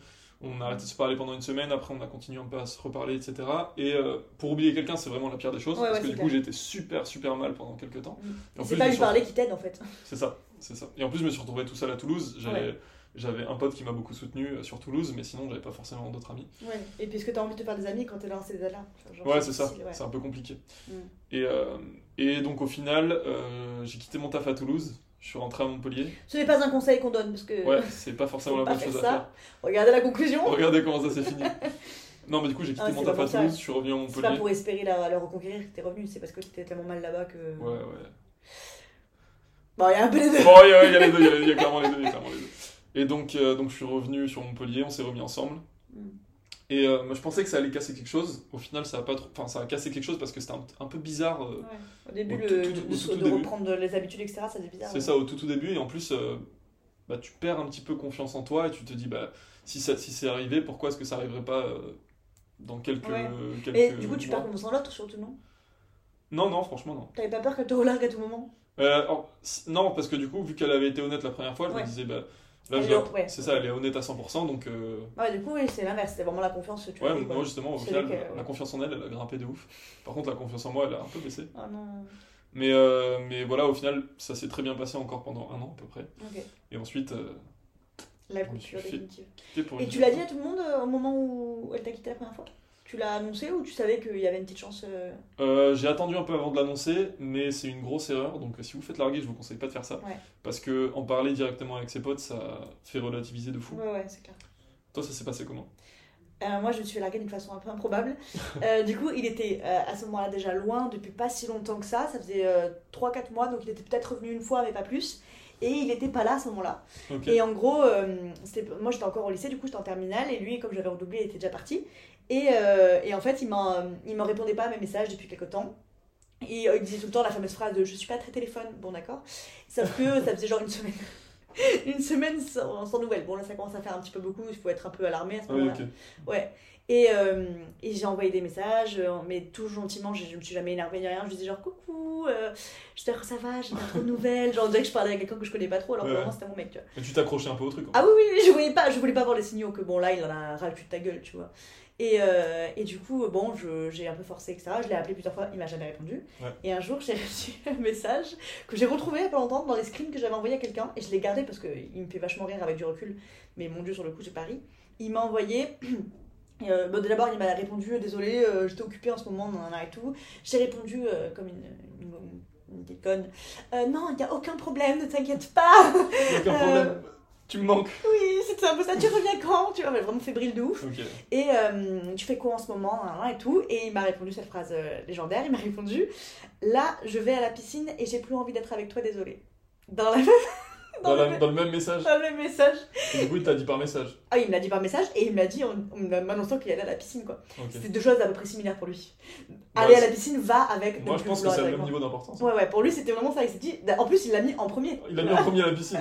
Speaker 2: On a arrêté de se parler pendant une semaine, après on a continué un peu à se reparler, etc. Et euh, pour oublier quelqu'un, c'est vraiment la pire des choses,
Speaker 1: Ouais,
Speaker 2: parce
Speaker 1: ouais,
Speaker 2: que
Speaker 1: c'est
Speaker 2: du
Speaker 1: clair.
Speaker 2: coup, j'étais super, super mal pendant quelques temps.
Speaker 1: Mm.
Speaker 2: Et en
Speaker 1: C'est
Speaker 2: plus,
Speaker 1: pas
Speaker 2: je me
Speaker 1: lui
Speaker 2: suis-
Speaker 1: parler qui t'aide en fait.
Speaker 2: C'est ça, c'est ça. Et en plus, je me suis retrouvé tout seul à Toulouse. J'avais j'avais un pote qui m'a beaucoup soutenu euh, sur Toulouse, mais sinon, j'avais pas forcément d'autres amis.
Speaker 1: Ouais. Et puisque t'as envie de te faire des amis quand t'es dans ces là
Speaker 2: Ouais, c'est ça,
Speaker 1: Ouais.
Speaker 2: c'est un peu compliqué.
Speaker 1: Mm.
Speaker 2: Et, euh, et donc au final, euh, j'ai quitté mon taf à Toulouse, je suis rentré à Montpellier.
Speaker 1: Ce n'est pas un conseil qu'on donne parce que
Speaker 2: Ouais, c'est pas forcément
Speaker 1: Faut
Speaker 2: la
Speaker 1: pas
Speaker 2: bonne
Speaker 1: faire
Speaker 2: chose à
Speaker 1: ça.
Speaker 2: faire.
Speaker 1: regardez la conclusion,
Speaker 2: Regardez comment ça s'est fini. Non, mais du coup, j'ai quitté
Speaker 1: Ah,
Speaker 2: mon
Speaker 1: c'est
Speaker 2: taf
Speaker 1: pas
Speaker 2: à
Speaker 1: pour ça.
Speaker 2: Toulouse, je suis revenu à
Speaker 1: c'est pas
Speaker 2: Montpellier.
Speaker 1: pour espérer la, la reconquérir que t'es revenu, c'est parce que t'étais tellement mal là-bas que.
Speaker 2: Ouais, ouais.
Speaker 1: Bon, il y a un peu les deux.
Speaker 2: Bon, il y a il y a les deux, il y a- il y, a clairement les deux, il y a clairement les deux. Et donc, euh, donc je suis revenu sur Montpellier, on s'est remis ensemble.
Speaker 1: Mm.
Speaker 2: Et euh, moi, je pensais que ça allait casser quelque chose. Au final, ça a pas trop... enfin, ça a cassé quelque chose parce que c'était un, un peu bizarre. euh,
Speaker 1: Ouais. Au début,
Speaker 2: Au
Speaker 1: le,
Speaker 2: tout, tout,
Speaker 1: le
Speaker 2: au tout,
Speaker 1: saut
Speaker 2: tout
Speaker 1: de
Speaker 2: début.
Speaker 1: reprendre les habitudes, etc., ça c'est bizarre.
Speaker 2: C'est ça au tout tout début et en plus euh, bah, tu perds un petit peu confiance en toi et tu te dis bah si ça si c'est arrivé pourquoi est-ce que ça arriverait pas euh, dans quelques,
Speaker 1: Ouais.
Speaker 2: quelques
Speaker 1: Mais du coup, tu
Speaker 2: mois.
Speaker 1: pars confiance en l'autre surtout, non
Speaker 2: Non non franchement non.
Speaker 1: T'avais pas peur qu'elle te relargue à tout moment
Speaker 2: Euh, en- si- non parce que du coup vu qu'elle avait été honnête la première fois je
Speaker 1: Ouais.
Speaker 2: me disais bah là,
Speaker 1: Elle
Speaker 2: je
Speaker 1: est
Speaker 2: la-
Speaker 1: honnête, ouais.
Speaker 2: c'est ça elle est honnête à 100% donc euh,
Speaker 1: Ah Ouais, du coup, oui, c'est l'inverse, c'était vraiment la confiance que tu
Speaker 2: ouais
Speaker 1: avais, quoi.
Speaker 2: moi justement au
Speaker 1: C'est
Speaker 2: final
Speaker 1: vrai que-
Speaker 2: la confiance en elle elle a grimpé de ouf. Par contre la confiance en moi elle a un peu baissé.
Speaker 1: Ah non,
Speaker 2: Mais euh, mais voilà au final ça s'est très bien passé encore pendant un an à peu près
Speaker 1: ok.
Speaker 2: et ensuite euh,
Speaker 1: La
Speaker 2: Je me suis
Speaker 1: coupure
Speaker 2: fait-
Speaker 1: définitive.
Speaker 2: c'était pour
Speaker 1: Et
Speaker 2: une-
Speaker 1: tu l'as dit à tout le monde euh, au moment où elle t'a quitté la première fois Tu l'as annoncé ou tu savais qu'il y avait une petite chance euh,
Speaker 2: Euh, j'ai attendu un peu avant de l'annoncer, mais c'est une grosse erreur. Donc, euh, si vous faites larguer, je vous conseille pas de faire ça.
Speaker 1: Ouais.
Speaker 2: Parce que en parler directement avec ses potes, ça fait relativiser de fou.
Speaker 1: Ouais, ouais, c'est clair.
Speaker 2: Toi, ça s'est passé comment
Speaker 1: Euh, moi, je me suis fait larguer d'une façon un peu improbable. Euh, du coup, il était euh, à ce moment-là déjà loin, depuis pas si longtemps que ça. Ça faisait 3-4 mois, donc il était peut-être revenu une fois, mais pas plus. Et il n'était pas là à ce moment-là.
Speaker 2: Ok.
Speaker 1: Et en gros, euh, c'était- moi j'étais encore au lycée, du coup j'étais en terminale, et lui, comme j'avais redoublé, il était déjà parti. Et, euh, et en fait, il ne me répondait pas à mes messages depuis quelque temps. Et euh, il disait tout le temps la fameuse phrase de Je suis pas très téléphone. Bon, d'accord. Sauf que ça faisait genre une semaine. une semaine sans, sans nouvelles. Bon, là ça commence à faire un petit peu beaucoup, il faut être un peu alarmé à ce
Speaker 2: Ah oui,
Speaker 1: moment-là.
Speaker 2: ok.
Speaker 1: Ouais. Et, euh, et j'ai envoyé des messages, euh, mais tout gentiment, je, je me suis jamais énervée ni rien. Je disais genre coucou, euh, j'espère que ça va, j'ai pas trop de nouvelles. Genre, on dirait que je parlais à quelqu'un que je connais pas trop, alors que
Speaker 2: Ouais.
Speaker 1: vraiment c'était mon mec, tu vois.
Speaker 2: Mais tu t'accrochais un peu au truc. en
Speaker 1: Ah oui, oui, oui, je voulais pas, je voulais pas voir les signaux que bon, là, il en a ras le cul de ta gueule, tu vois. Et, euh, et du coup, bon, je- j'ai un peu forcé, etc. Je l'ai appelé plusieurs fois, il m'a jamais répondu.
Speaker 2: Ouais.
Speaker 1: Et un jour, j'ai reçu un message que j'ai retrouvé il y a pas longtemps dans les screens que j'avais envoyé à quelqu'un, et je l'ai gardé parce qu'il me fait vachement rire avec du recul, mais mon dieu, sur le coup, j'ai pas ri. Il m'a envoyé. euh, bon, D'abord, il m'a répondu Désolé, euh, j'étais occupée en ce moment, nanana et tout. J'ai répondu euh, comme une, une, une déconne Euh, Non, il n'y a aucun problème, ne t'inquiète pas
Speaker 2: fait. Aucun
Speaker 1: Euh,
Speaker 2: problème. Tu me manques.
Speaker 1: oui, c'était un peu ça. Tu reviens quand Tu vois, mais vraiment fébrile de ouf.
Speaker 2: Ok.
Speaker 1: Et euh, tu fais quoi en ce moment hein, hein, Et tout. Et il m'a répondu cette phrase euh, légendaire. Il m'a répondu Là, je vais à la piscine et j'ai plus envie d'être avec toi, désolé. Dans la
Speaker 2: Dans,
Speaker 1: dans,
Speaker 2: la-
Speaker 1: le,
Speaker 2: dans le même message.
Speaker 1: dans le message.
Speaker 2: Et du coup, il t'a dit par message.
Speaker 1: Ah, il me l'a dit par message et il me l'a dit en, en m'annonçant qu'il allait à la piscine, quoi.
Speaker 2: Ok.
Speaker 1: C'était deux choses à peu près similaires pour lui.
Speaker 2: Moi,
Speaker 1: Aller à
Speaker 2: c'est-
Speaker 1: la piscine va avec. ne
Speaker 2: Moi, je
Speaker 1: plus
Speaker 2: pense que
Speaker 1: vouloir
Speaker 2: c'est
Speaker 1: être avec
Speaker 2: le même
Speaker 1: moi.
Speaker 2: niveau d'importance.
Speaker 1: Ouais, ouais, pour lui, c'était vraiment ça. Il s'est dit bah, En plus, il l'a mis en premier.
Speaker 2: Il a mis en premier à la piscine.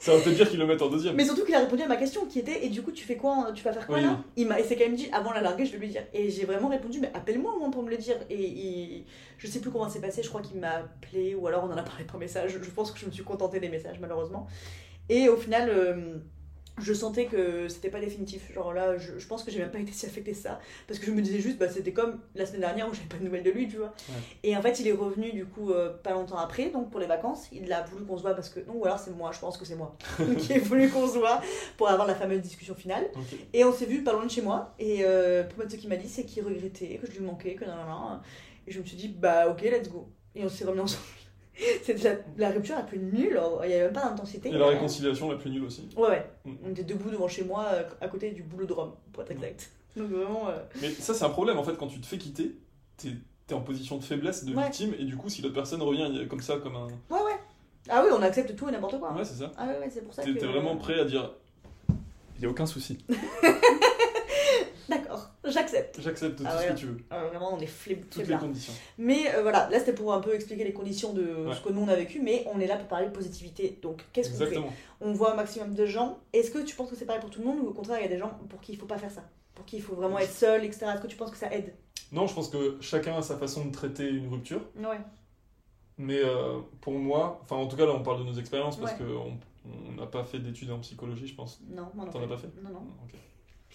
Speaker 2: Ça va peut-être dire qu'il le mette en deuxième.
Speaker 1: Mais surtout qu'il a répondu à ma question qui était et du coup tu fais quoi hein, Tu vas faire quoi
Speaker 2: Oui.
Speaker 1: là Il m'a et c'est quand même dit avant la larguer je vais lui dire et j'ai vraiment répondu mais appelle-moi au moins pour me le dire et il- je sais plus comment c'est passé je crois qu'il m'a appelé ou alors on en a parlé par message je pense que je me suis contentée des messages malheureusement et au final euh, je sentais que c'était pas définitif genre là je, je pense que j'ai même pas été si affectée que ça parce que je me disais juste bah c'était comme la semaine dernière où j'avais pas de nouvelles de lui tu vois
Speaker 2: Ouais.
Speaker 1: et en fait il est revenu du coup euh, pas longtemps après donc pour les vacances il a voulu qu'on se voit parce que non ou alors c'est moi je pense que c'est moi qui a voulu qu'on se voit pour avoir la fameuse discussion finale.
Speaker 2: Ok.
Speaker 1: Et on s'est vu pas loin de chez moi. Et euh, pour moi, ce qu'il m'a dit, c'est qu'il regrettait, que je lui manquais, que nan nan, nan. Et je me suis dit, bah ok, let's go. Et on s'est remis ensemble. C'était la, la rupture la plus nulle, oh, il n'y avait même pas d'intensité.
Speaker 2: Et la réconciliation la plus nulle aussi.
Speaker 1: Ouais, ouais.
Speaker 2: Mm.
Speaker 1: On était debout devant chez moi, euh, à côté du boulot de Rome, pour être exact.
Speaker 2: Mm.
Speaker 1: Donc vraiment. euh,
Speaker 2: Mais ça, c'est un problème en fait. Quand tu te fais quitter, t'es t'es en position de faiblesse, de
Speaker 1: Ouais.
Speaker 2: victime. Et du coup, si l'autre personne revient comme ça, comme un.
Speaker 1: Ouais, ouais. Ah oui, on accepte tout et n'importe quoi. hein.
Speaker 2: Ouais, c'est ça.
Speaker 1: Ah ouais, ouais, c'est pour ça
Speaker 2: T'es
Speaker 1: que.
Speaker 2: t'es vraiment prêt à dire. Il n'y a aucun souci.
Speaker 1: D'accord, j'accepte.
Speaker 2: J'accepte
Speaker 1: Ah
Speaker 2: tout ce
Speaker 1: ouais.
Speaker 2: que tu veux.
Speaker 1: Alors, vraiment, on est flip,
Speaker 2: Toutes les conditions.
Speaker 1: Mais euh, voilà, là c'était pour un peu expliquer les conditions de
Speaker 2: Ouais.
Speaker 1: ce que nous on a vécu, mais on est là pour parler de positivité. Donc qu'est-ce qu'on fait
Speaker 2: Exactement.
Speaker 1: On voit un maximum de gens. Est-ce que tu penses que c'est pareil pour tout le monde ou au contraire il y a des gens pour qui il faut pas faire ça Pour qui il faut vraiment être seul, etc. Est-ce que tu penses que ça aide
Speaker 2: Non, je pense que chacun a sa façon de traiter une rupture.
Speaker 1: Ouais.
Speaker 2: Mais euh, pour moi, enfin en tout cas là on parle de nos expériences parce que qu'on on n'a pas fait d'études en psychologie, je pense.
Speaker 1: Non, moi non.
Speaker 2: T'en as pas fait
Speaker 1: Non, non.
Speaker 2: Ok,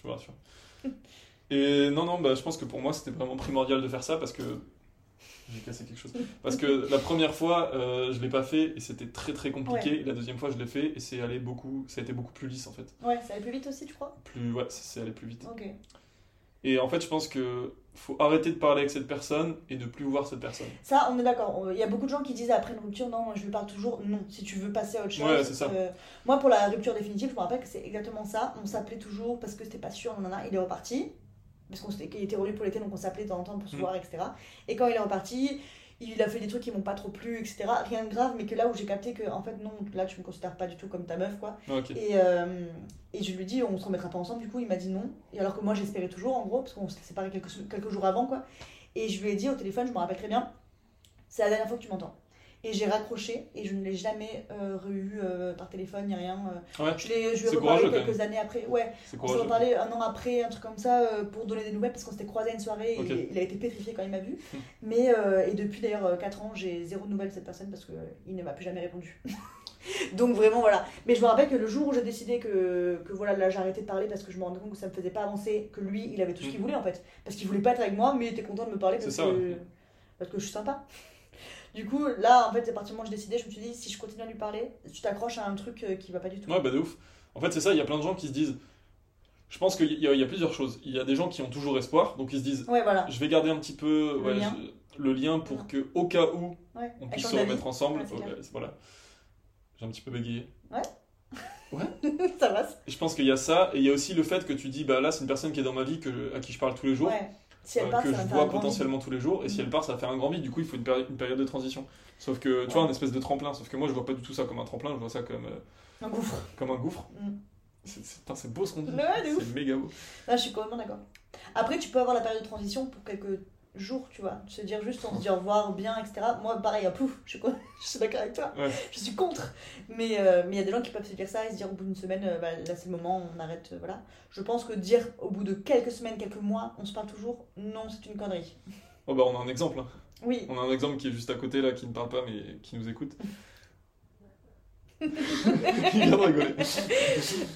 Speaker 2: je me rassure. Et non, non, bah, je pense que pour moi c'était vraiment primordial de faire ça parce que. J'ai cassé quelque chose. Parce que la première fois euh, je l'ai pas fait et c'était très très compliqué. Et La deuxième fois je l'ai fait et c'est allé beaucoup, ça a été beaucoup plus lisse en fait.
Speaker 1: Ouais, ça va plus vite aussi, tu crois
Speaker 2: Plus, ouais, c'est- c'est allé plus vite.
Speaker 1: Ok.
Speaker 2: Et en fait je pense que faut arrêter de parler avec cette personne et de plus voir cette personne.
Speaker 1: Ça, on est d'accord. On- Il y a beaucoup de gens qui disent après une rupture, non, je lui parle toujours, non, si tu veux passer à autre chose.
Speaker 2: Ouais, c'est ça.
Speaker 1: euh, moi, pour la rupture définitive, je me rappelle que c'est exactement ça. On s'appelait toujours parce que c'était pas sûr, nanana, il est reparti. Parce qu'on s'était- il était revenu pour l'été, donc on s'appelait de temps en temps pour se
Speaker 2: Mm.
Speaker 1: voir, etc. Et quand il est reparti, il a fait des trucs qui m'ont pas trop plu, etc. Rien de grave, mais que là où j'ai capté que, en fait, non, là, tu me considères pas du tout comme ta meuf, quoi.
Speaker 2: Ok,
Speaker 1: Et, euh, et je lui dis, on se remettra pas ensemble. Du coup, il m'a dit non. Et alors que moi, j'espérais toujours, en gros, parce qu'on s'était séparés quelques, quelques jours avant, quoi. Et je lui ai dit au téléphone, je me rappelle très bien, c'est la dernière fois que tu m'entends. Et j'ai raccroché et je ne l'ai jamais euh, eu par téléphone ni rien. euh.
Speaker 2: Ouais.
Speaker 1: Je l'ai- je lui ai
Speaker 2: C'est
Speaker 1: reparlé
Speaker 2: courageux, quand
Speaker 1: quelques années après. Ouais,
Speaker 2: c'est
Speaker 1: on s'est
Speaker 2: courageux.
Speaker 1: reparlé un an après, un truc comme ça, euh, pour donner des nouvelles parce qu'on s'était croisés à une soirée et
Speaker 2: Ok.
Speaker 1: il, il a été pétrifié quand il m'a vu. Mais euh, et depuis d'ailleurs 4 ans, j'ai zéro nouvelle de cette personne parce qu'il il ne m'a plus jamais répondu. Donc vraiment voilà. Mais je me rappelle que le jour où j'ai décidé que, que voilà, là j'ai arrêté de parler parce que je me rendais compte que ça me faisait pas avancer, que lui il avait tout ce qu'il
Speaker 2: Mhm.
Speaker 1: voulait en fait. Parce qu'il voulait pas être avec moi, mais il était content de me parler
Speaker 2: C'est
Speaker 1: parce,
Speaker 2: ça,
Speaker 1: que,
Speaker 2: ouais.
Speaker 1: parce que je suis sympa. Du coup, là, en fait, à partir du moment où j'ai décidé, je me suis dit, si je continue à lui parler, tu t'accroches à un truc euh, qui va pas du tout.
Speaker 2: Ouais, bah de ouf. En fait, c'est ça, il y a plein de gens qui se disent. Je pense qu'il y, a- il y a plusieurs choses. Il y a des gens qui ont toujours espoir, donc ils se disent
Speaker 1: Ouais, voilà.
Speaker 2: je vais garder un petit peu
Speaker 1: Le
Speaker 2: ouais,
Speaker 1: lien.
Speaker 2: je- le lien pour que, au cas où,
Speaker 1: Ouais.
Speaker 2: on
Speaker 1: Elle
Speaker 2: puisse
Speaker 1: change
Speaker 2: se
Speaker 1: d'avis.
Speaker 2: remettre ensemble.
Speaker 1: Ouais, c'est clair.
Speaker 2: Ouais, c'est- voilà. J'ai un petit peu bégayé.
Speaker 1: Ouais.
Speaker 2: Ouais.
Speaker 1: ça passe.
Speaker 2: Je pense qu'il y a ça, et il y a aussi le fait que tu dis, bah là, c'est une personne qui est dans ma vie, que, à qui je parle tous les jours,
Speaker 1: Ouais. Si elle
Speaker 2: euh,
Speaker 1: part,
Speaker 2: que
Speaker 1: ça va
Speaker 2: je
Speaker 1: faire un
Speaker 2: vois
Speaker 1: grand
Speaker 2: potentiellement tous les jours, et si
Speaker 1: Mhm.
Speaker 2: elle part, ça va faire un grand vide. Du coup, il faut une, péri- une période de transition. Sauf que, tu vois,
Speaker 1: Ouais.
Speaker 2: un espèce de tremplin. Sauf que moi, je vois pas du tout ça comme un tremplin, je vois ça comme, euh,
Speaker 1: vide. Un gouffre.
Speaker 2: comme un gouffre.
Speaker 1: Mhm.
Speaker 2: C'est- C'est putain, c'est beau ce qu'on dit.
Speaker 1: Ouais, de ouf.
Speaker 2: c'est méga beau.
Speaker 1: Là, je suis complètement d'accord. Après, tu peux avoir la période de transition pour quelques jours, tu vois. Se dire juste, on se dit au revoir, bien, etc. Moi, pareil, à pouf, je suis, con- je suis d'accord avec toi.
Speaker 2: Ouais.
Speaker 1: Je suis contre. Mais euh, mais il y a des gens qui peuvent se dire ça et se dire au bout d'une semaine, euh, bah, là, c'est le moment, on arrête. euh, voilà. Je pense que dire au bout de quelques semaines, quelques mois, on se parle toujours, non, c'est une connerie.
Speaker 2: Oh, bah, on a un exemple. hein.
Speaker 1: Oui.
Speaker 2: On a un exemple qui est juste à côté, là, qui ne parle pas, mais qui nous écoute. il vient de rigoler.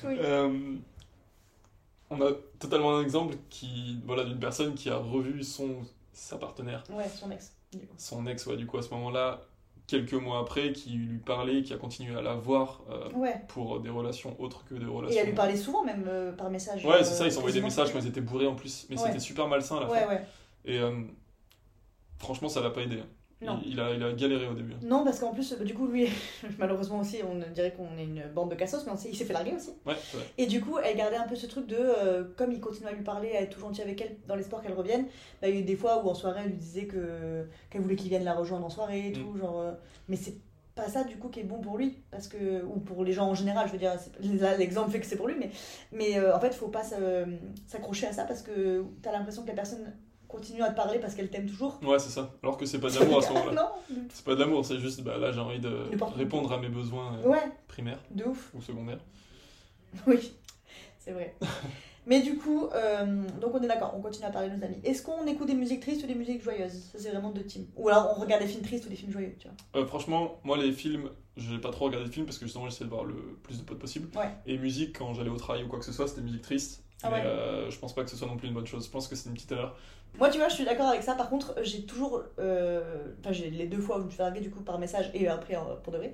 Speaker 1: Oui.
Speaker 2: Euh, on a totalement un exemple qui, voilà, d'une personne qui a revu son, sa partenaire,
Speaker 1: Ouais, son ex.
Speaker 2: son ex, ouais, du coup, à ce moment-là, quelques mois après, qui lui parlait, qui a continué à la voir euh,
Speaker 1: Ouais.
Speaker 2: pour des relations autres que des
Speaker 1: Et
Speaker 2: relations.
Speaker 1: elle lui parlait souvent, même euh, par message.
Speaker 2: Ouais, c'est
Speaker 1: euh,
Speaker 2: ça, ils s'envoyaient des
Speaker 1: quasiment.
Speaker 2: messages quand ils étaient bourrés en plus, mais
Speaker 1: Ouais.
Speaker 2: c'était super malsain à la fin.
Speaker 1: Ouais, ouais.
Speaker 2: Et euh, franchement, ça l'a pas aidé.
Speaker 1: Non.
Speaker 2: Il, il a, il a galéré au début.
Speaker 1: Non, parce qu'en plus, bah, du coup, lui, malheureusement aussi, on dirait qu'on est une bande de cassos, mais on s'est- il s'est fait larguer aussi.
Speaker 2: Ouais, c'est vrai.
Speaker 1: Et du coup, elle gardait un peu ce truc de, euh, comme il continuait à lui parler, à être tout gentil avec elle, dans l'espoir qu'elle revienne, bah, il y a eu des fois où en soirée, elle lui disait que qu'elle voulait qu'il vienne la rejoindre en soirée et
Speaker 2: Mm.
Speaker 1: tout, genre. euh, mais c'est pas ça du coup qui est bon pour lui, parce que ou pour les gens en général, je veux dire, c'est- là l'exemple fait que c'est pour lui, mais mais euh, en fait, faut pas se- s'accrocher à ça parce que t'as l'impression que la personne continue à te parler parce qu'elle t'aime toujours.
Speaker 2: Ouais, c'est ça. Alors que c'est pas de l'amour à ce moment-là.
Speaker 1: non.
Speaker 2: C'est pas de l'amour, c'est juste, bah là, j'ai envie de
Speaker 1: Une opportunité.
Speaker 2: répondre à mes besoins euh,
Speaker 1: Ouais,
Speaker 2: primaires
Speaker 1: de ouf.
Speaker 2: ou secondaires.
Speaker 1: Oui, c'est vrai. Mais du coup, euh, donc on est d'accord, on continue à parler de nos amis. Est-ce qu'on écoute des musiques tristes ou des musiques joyeuses Ça, c'est vraiment deux teams. Ou alors on regarde des films tristes ou des films joyeux, tu vois.
Speaker 2: Euh, franchement, moi, les films, j'ai pas trop regardé de films parce que justement, j'essaie de voir le plus de potes possible.
Speaker 1: Ouais.
Speaker 2: Et musique, quand j'allais au travail ou quoi que ce soit, c'était musique triste.
Speaker 1: Ah
Speaker 2: mais
Speaker 1: ouais.
Speaker 2: euh, je pense pas que ce soit non plus une bonne chose. Je pense que c'est une petite erreur.
Speaker 1: Moi, tu vois, je suis d'accord avec ça. Par contre, j'ai toujours. euh, Enfin, j'ai les deux fois où je me suis larguée, du coup, par message et après euh, pour de vrai.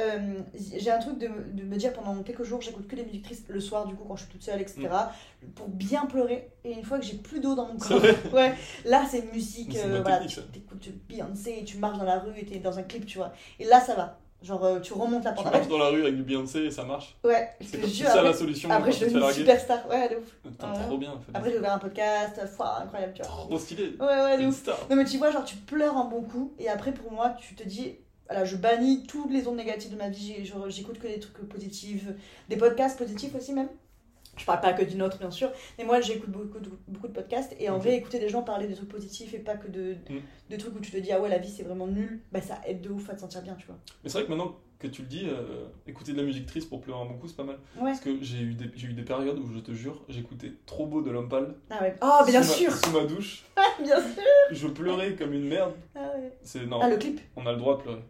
Speaker 1: Euh, j'ai un truc de, me- de me dire pendant quelques jours, j'écoute que des musiques tristes le soir, du coup, quand je suis toute seule, etc. Pour bien pleurer. Et une fois que j'ai plus d'eau dans mon
Speaker 2: C'est
Speaker 1: corps,
Speaker 2: vrai.
Speaker 1: Ah ouais, là, c'est
Speaker 2: Mais
Speaker 1: musique.
Speaker 2: c'est une
Speaker 1: euh,
Speaker 2: bonne
Speaker 1: voilà,
Speaker 2: technique, ça.
Speaker 1: t'écoutes Beyoncé, tu marches dans la rue et t'es dans un clip, tu vois. Et là, ça va. Genre, euh, tu remontes la
Speaker 2: Tu
Speaker 1: pente.
Speaker 2: marches dans la rue avec du Beyoncé et ça marche.
Speaker 1: ouais, je
Speaker 2: C'est
Speaker 1: te
Speaker 2: comme
Speaker 1: jure,
Speaker 2: ça la
Speaker 1: après,
Speaker 2: solution.
Speaker 1: après,
Speaker 2: quand
Speaker 1: je
Speaker 2: tu te fais
Speaker 1: deviens une
Speaker 2: larguer.
Speaker 1: superstar. Ouais, de ouf.
Speaker 2: Putain,
Speaker 1: Ouais.
Speaker 2: trop bien. en fait.
Speaker 1: Après, j'ai ouvert un podcast, euh, foi, incroyable, tu vois.
Speaker 2: Trop stylé.
Speaker 1: Ouais, ouais, de
Speaker 2: Une
Speaker 1: ouf.
Speaker 2: star.
Speaker 1: Non, mais tu vois, genre, tu pleures un bon coup, et après, pour moi, tu te dis. Voilà, je bannis toutes les ondes négatives de ma vie, j'ai- je- j'écoute que des trucs positifs, des podcasts positifs aussi même. Je parle pas que d'une autre bien sûr, mais moi j'écoute beaucoup de, beaucoup de podcasts et en
Speaker 2: Ok.
Speaker 1: vrai écouter des gens parler des trucs positifs et pas que de,
Speaker 2: Mm.
Speaker 1: de trucs où tu te dis ah ouais la vie c'est vraiment nul, bah ça aide de ouf à te sentir bien tu vois.
Speaker 2: Mais c'est vrai que maintenant que tu le dis, euh, écouter de la musique triste pour pleurer un bon coup, c'est pas mal.
Speaker 1: Ouais.
Speaker 2: Parce que j'ai eu, des, j'ai eu des périodes où, je te jure, j'écoutais trop beau de l'homme pâle.
Speaker 1: Ah ouais. Oh bien
Speaker 2: Sous ma-
Speaker 1: sûr,
Speaker 2: Sous ma douche,
Speaker 1: bien sûr.
Speaker 2: je pleurais comme une merde.
Speaker 1: Ah, ouais.
Speaker 2: C'est non,
Speaker 1: Ah, le clip.
Speaker 2: on a le droit de pleurer.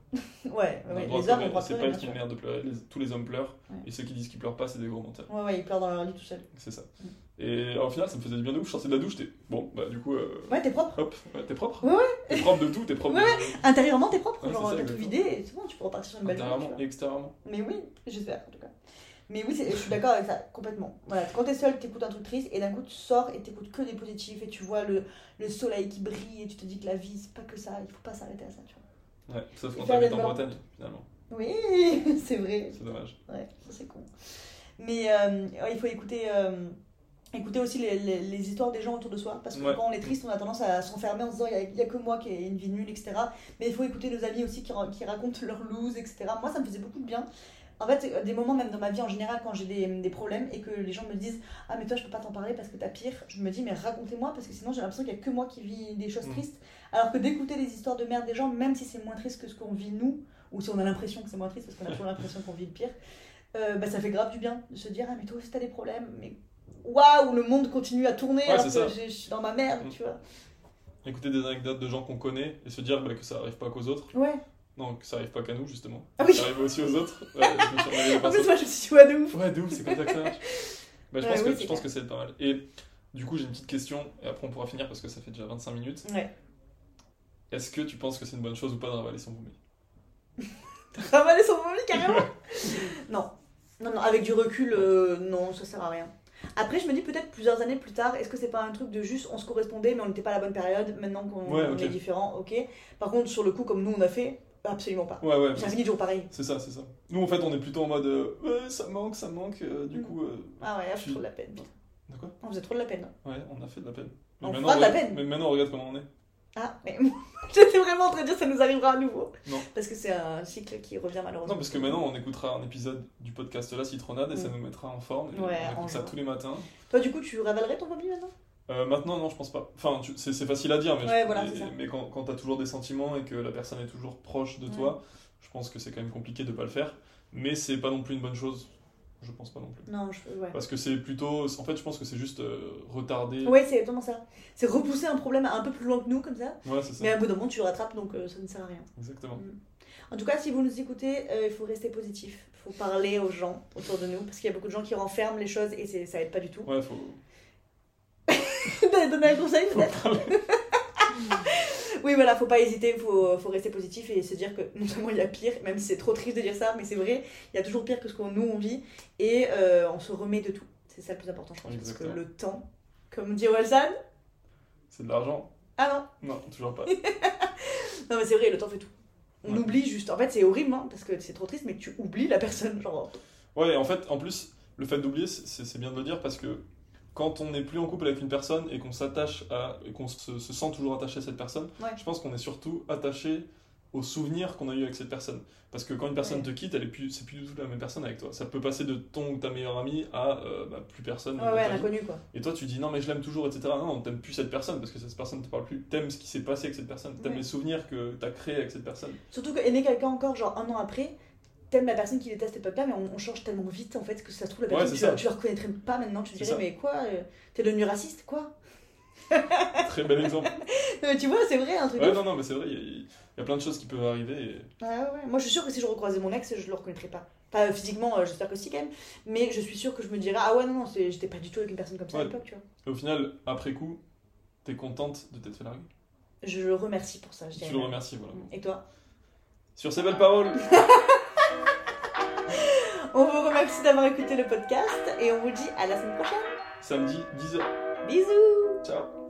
Speaker 1: Ouais, ouais,
Speaker 2: On a le
Speaker 1: les
Speaker 2: droit de
Speaker 1: hommes ont le
Speaker 2: pleurer.
Speaker 1: droit de
Speaker 2: C'est pas
Speaker 1: pleurer,
Speaker 2: être
Speaker 1: bien
Speaker 2: une merde de pleurer. Les- tous les hommes pleurent.
Speaker 1: Ouais.
Speaker 2: Et ceux qui disent qu'ils pleurent pas, c'est des gros menteurs.
Speaker 1: sûr. Ouais ouais ils pleurent dans leur lit tout seul.
Speaker 2: C'est ça.
Speaker 1: Mm.
Speaker 2: Et au final, ça me faisait du bien de ouf. Je sortais de la douche, t'es bon, bah du coup, euh,
Speaker 1: Ouais t'es propre.
Speaker 2: hop, ouais, t'es propre.
Speaker 1: Ouais,
Speaker 2: T'es propre de tout, t'es propre
Speaker 1: Ouais, Ah, bah,
Speaker 2: de-
Speaker 1: Intérieurement t'es propre,
Speaker 2: Ouais, c'est
Speaker 1: genre
Speaker 2: ça,
Speaker 1: t'as tout vidé
Speaker 2: exactement.
Speaker 1: et c'est bon tu peux repartir sur une belle journée, tu vois.
Speaker 2: intérieurement et extérieurement.
Speaker 1: Mais oui, j'espère en tout cas. Mais oui, c'est- je suis d'accord avec ça, complètement. Voilà, quand t'es seul, t'écoutes un truc triste et d'un coup tu sors et t'écoutes que des positifs et tu vois le, le soleil qui brille et tu te dis que la vie c'est pas que ça, il faut pas s'arrêter à ça, tu vois.
Speaker 2: Ouais, sauf quand
Speaker 1: Faire
Speaker 2: t'habites
Speaker 1: des
Speaker 2: en
Speaker 1: morts.
Speaker 2: Bretagne, finalement.
Speaker 1: Oui, c'est vrai.
Speaker 2: C'est dommage.
Speaker 1: Ouais, ça c'est con. Mais euh, ouais, il faut écouter, euh, écouter aussi les, les- les histoires des gens autour de soi. Parce que
Speaker 2: Ouais.
Speaker 1: quand on est triste, on a tendance à s'enfermer en se disant il n'y a, que moi qui ai une vie nulle, etc. Mais il faut écouter nos amis aussi qui, ra- qui racontent leurs loose, etc. Moi, ça me faisait beaucoup de bien. En fait, euh, des moments même dans ma vie en général, quand j'ai des, des problèmes et que les gens me disent Ah, mais toi, je peux pas t'en parler parce que t'as pire, je me dis Mais racontez-moi parce que sinon j'ai l'impression qu'il n'y a que moi qui vis des choses
Speaker 2: Mm.
Speaker 1: tristes. Alors que d'écouter les histoires de merde des gens, même si c'est moins triste que ce qu'on vit nous, ou si on a l'impression que c'est moins triste parce qu'on a toujours l'impression qu'on vit le pire, euh, bah, ça fait grave du bien de se dire Ah, mais toi aussi t'as des problèmes, mais waouh, le monde continue à tourner
Speaker 2: Ouais,
Speaker 1: alors
Speaker 2: c'est
Speaker 1: que
Speaker 2: ça.
Speaker 1: j'ai- je suis dans ma merde,
Speaker 2: Mm.
Speaker 1: tu vois.
Speaker 2: Écouter des anecdotes de gens qu'on connaît et se dire bah, que ça arrive pas qu'aux autres.
Speaker 1: Ouais.
Speaker 2: Non, que ça arrive pas qu'à nous, justement.
Speaker 1: Ah oui,
Speaker 2: Ça arrive aussi aux autres. Ouais, je me suis emmêlé les
Speaker 1: en
Speaker 2: pinceaux.
Speaker 1: plus, moi je me suis dit Ouais, de ouf.
Speaker 2: Ouais, de ouf, c'est comme ça que ça marche. Bah, je
Speaker 1: Ouais,
Speaker 2: pense,
Speaker 1: oui,
Speaker 2: que,
Speaker 1: c'est
Speaker 2: je pense que c'est pas mal. Et du coup, j'ai une petite question, et après on pourra finir parce que ça fait déjà 25 minutes.
Speaker 1: Ouais.
Speaker 2: Est-ce que tu penses que c'est une bonne chose ou pas de ravaler son vomi
Speaker 1: Ravaler son vomi carrément Non. Non, non, avec du recul, euh, non, ça sert à rien. Après, je me dis peut-être plusieurs années plus tard, est-ce que c'est pas un truc de juste on se correspondait mais on n'était pas à la bonne période, maintenant qu'on
Speaker 2: Ouais,
Speaker 1: on
Speaker 2: ok.
Speaker 1: est différent, ok. Par contre, sur le coup, comme nous on a fait, Absolument pas.
Speaker 2: Ouais, ouais.
Speaker 1: Ça finit toujours pareil.
Speaker 2: C'est ça, c'est ça. Nous, en fait, on est plutôt en mode euh, ouais, ça manque, ça manque. euh, du
Speaker 1: Mm.
Speaker 2: coup, euh,
Speaker 1: Ah ouais, ah, je fais
Speaker 2: Tu-
Speaker 1: trop de la peine. putain.
Speaker 2: de quoi
Speaker 1: On faisait trop de la peine. hein.
Speaker 2: Ouais, on a fait de la peine.
Speaker 1: On
Speaker 2: maintenant,
Speaker 1: fera de la
Speaker 2: regarde-
Speaker 1: peine.
Speaker 2: Mais maintenant, regarde comment on est.
Speaker 1: Ah, mais j'étais vraiment en train de dire ça nous arrivera à nouveau.
Speaker 2: Non.
Speaker 1: Parce que c'est un cycle qui revient malheureusement.
Speaker 2: Non, parce que maintenant, on écoutera un épisode du podcast La Citronade et ça
Speaker 1: Mm.
Speaker 2: nous mettra en forme. et
Speaker 1: Ouais,
Speaker 2: on
Speaker 1: en
Speaker 2: écoute ça
Speaker 1: joie.
Speaker 2: tous les matins.
Speaker 1: Toi, du coup, tu ravalerais ton vomi maintenant
Speaker 2: Euh, maintenant, non, je pense pas. Enfin, tu- c'est c'est facile à dire, mais, je-
Speaker 1: Ouais, voilà,
Speaker 2: mais-
Speaker 1: c'est ça.
Speaker 2: mais quand, quand t'as toujours des sentiments et que la personne est toujours proche de toi, je pense que c'est quand même compliqué de pas le faire. Mais c'est pas non plus une bonne chose. Je pense pas non plus.
Speaker 1: Non, je. Ouais.
Speaker 2: Parce que c'est plutôt. En fait, je pense que c'est juste euh, retarder.
Speaker 1: Ouais, c'est exactement ça. C'est repousser un problème un peu plus loin que nous, comme ça.
Speaker 2: Ouais, c'est ça.
Speaker 1: Mais à bout d'un moment, tu le rattrapes, donc euh, ça ne sert à rien.
Speaker 2: Exactement.
Speaker 1: En tout cas, si vous nous écoutez, euh, il faut rester positif. Il faut parler aux gens autour de nous, parce qu'il y a beaucoup de gens qui renferment les choses et c'est- ça aide pas du tout.
Speaker 2: Ouais, faut.
Speaker 1: T'as donné un conseil
Speaker 2: faut
Speaker 1: peut-être
Speaker 2: parler.
Speaker 1: Oui, voilà, faut pas hésiter, faut, faut rester positif et se dire que non seulement il y a pire, même si c'est trop triste de dire ça, mais c'est vrai, il y a toujours pire que ce qu'on nous on vit et euh, on se remet de tout. C'est ça le plus important, je pense,
Speaker 2: Exactement.
Speaker 1: parce que le temps, comme dit Walsan,
Speaker 2: C'est de l'argent.
Speaker 1: ah non,
Speaker 2: Non, toujours pas.
Speaker 1: Non mais c'est vrai, le temps fait tout. On
Speaker 2: Ouais.
Speaker 1: oublie juste. En fait, c'est horrible, hein, parce que c'est trop triste, mais tu oublies la personne, genre.
Speaker 2: Ouais, et en fait, en plus, le fait d'oublier, c'est c'est bien de le dire parce que quand on n'est plus en couple avec une personne et qu'on s'attache à. et qu'on se, se sent toujours attaché à cette personne,
Speaker 1: Ouais.
Speaker 2: je pense qu'on est surtout attaché aux souvenirs qu'on a eu avec cette personne. Parce que quand une personne
Speaker 1: Ouais.
Speaker 2: te quitte, elle est plus, c'est plus du tout la même personne avec toi. Ça peut passer de ton ou ta meilleure amie à euh, bah, plus personne.
Speaker 1: Ouais,
Speaker 2: dans
Speaker 1: ouais,
Speaker 2: ta vie.
Speaker 1: inconnu quoi.
Speaker 2: Et toi, tu dis non, mais je l'aime toujours, etc. Non, t'aimes plus cette personne parce que cette personne te parle plus. T'aimes ce qui s'est passé avec cette personne. T'aimes
Speaker 1: Ouais.
Speaker 2: les souvenirs que t'as créés avec cette personne.
Speaker 1: Surtout que aimer quelqu'un encore, genre un an après, t'aimes la personne qui déteste à cette époque-là, mais on, on change tellement vite en fait que ça se trouve la
Speaker 2: Ouais,
Speaker 1: personne,
Speaker 2: c'est
Speaker 1: tu, la-
Speaker 2: ça.
Speaker 1: tu la reconnaîtrais pas maintenant, tu te
Speaker 2: C'est
Speaker 1: dirais,
Speaker 2: ça.
Speaker 1: mais quoi, euh, t'es devenu raciste, quoi
Speaker 2: Très bel exemple.
Speaker 1: Euh, Tu vois, c'est vrai, un truc.
Speaker 2: Ouais,
Speaker 1: de-
Speaker 2: non, non, mais c'est vrai, il y, a- il y a plein de choses qui peuvent arriver. et-
Speaker 1: Ouais, ouais, ouais. Moi, je suis sûre que si je recroisais mon ex, je le reconnaîtrais pas. Pas euh, physiquement, euh, j'espère que si quand même, mais je suis sûre que je me dirais, ah ouais, non, non, c'est- j'étais pas du tout avec une personne comme ça à
Speaker 2: Ouais.
Speaker 1: l'époque, tu vois.
Speaker 2: Et au final, après coup, t'es contente de t'être fait larguer.
Speaker 1: Je le remercie pour ça, je dirais
Speaker 2: Tu le
Speaker 1: même.
Speaker 2: remercies, voilà.
Speaker 1: Et toi
Speaker 2: Sur ces belles paroles,
Speaker 1: On vous remercie d'avoir écouté le podcast et on vous dit à la semaine prochaine.
Speaker 2: samedi 10h.
Speaker 1: Bisous
Speaker 2: Ciao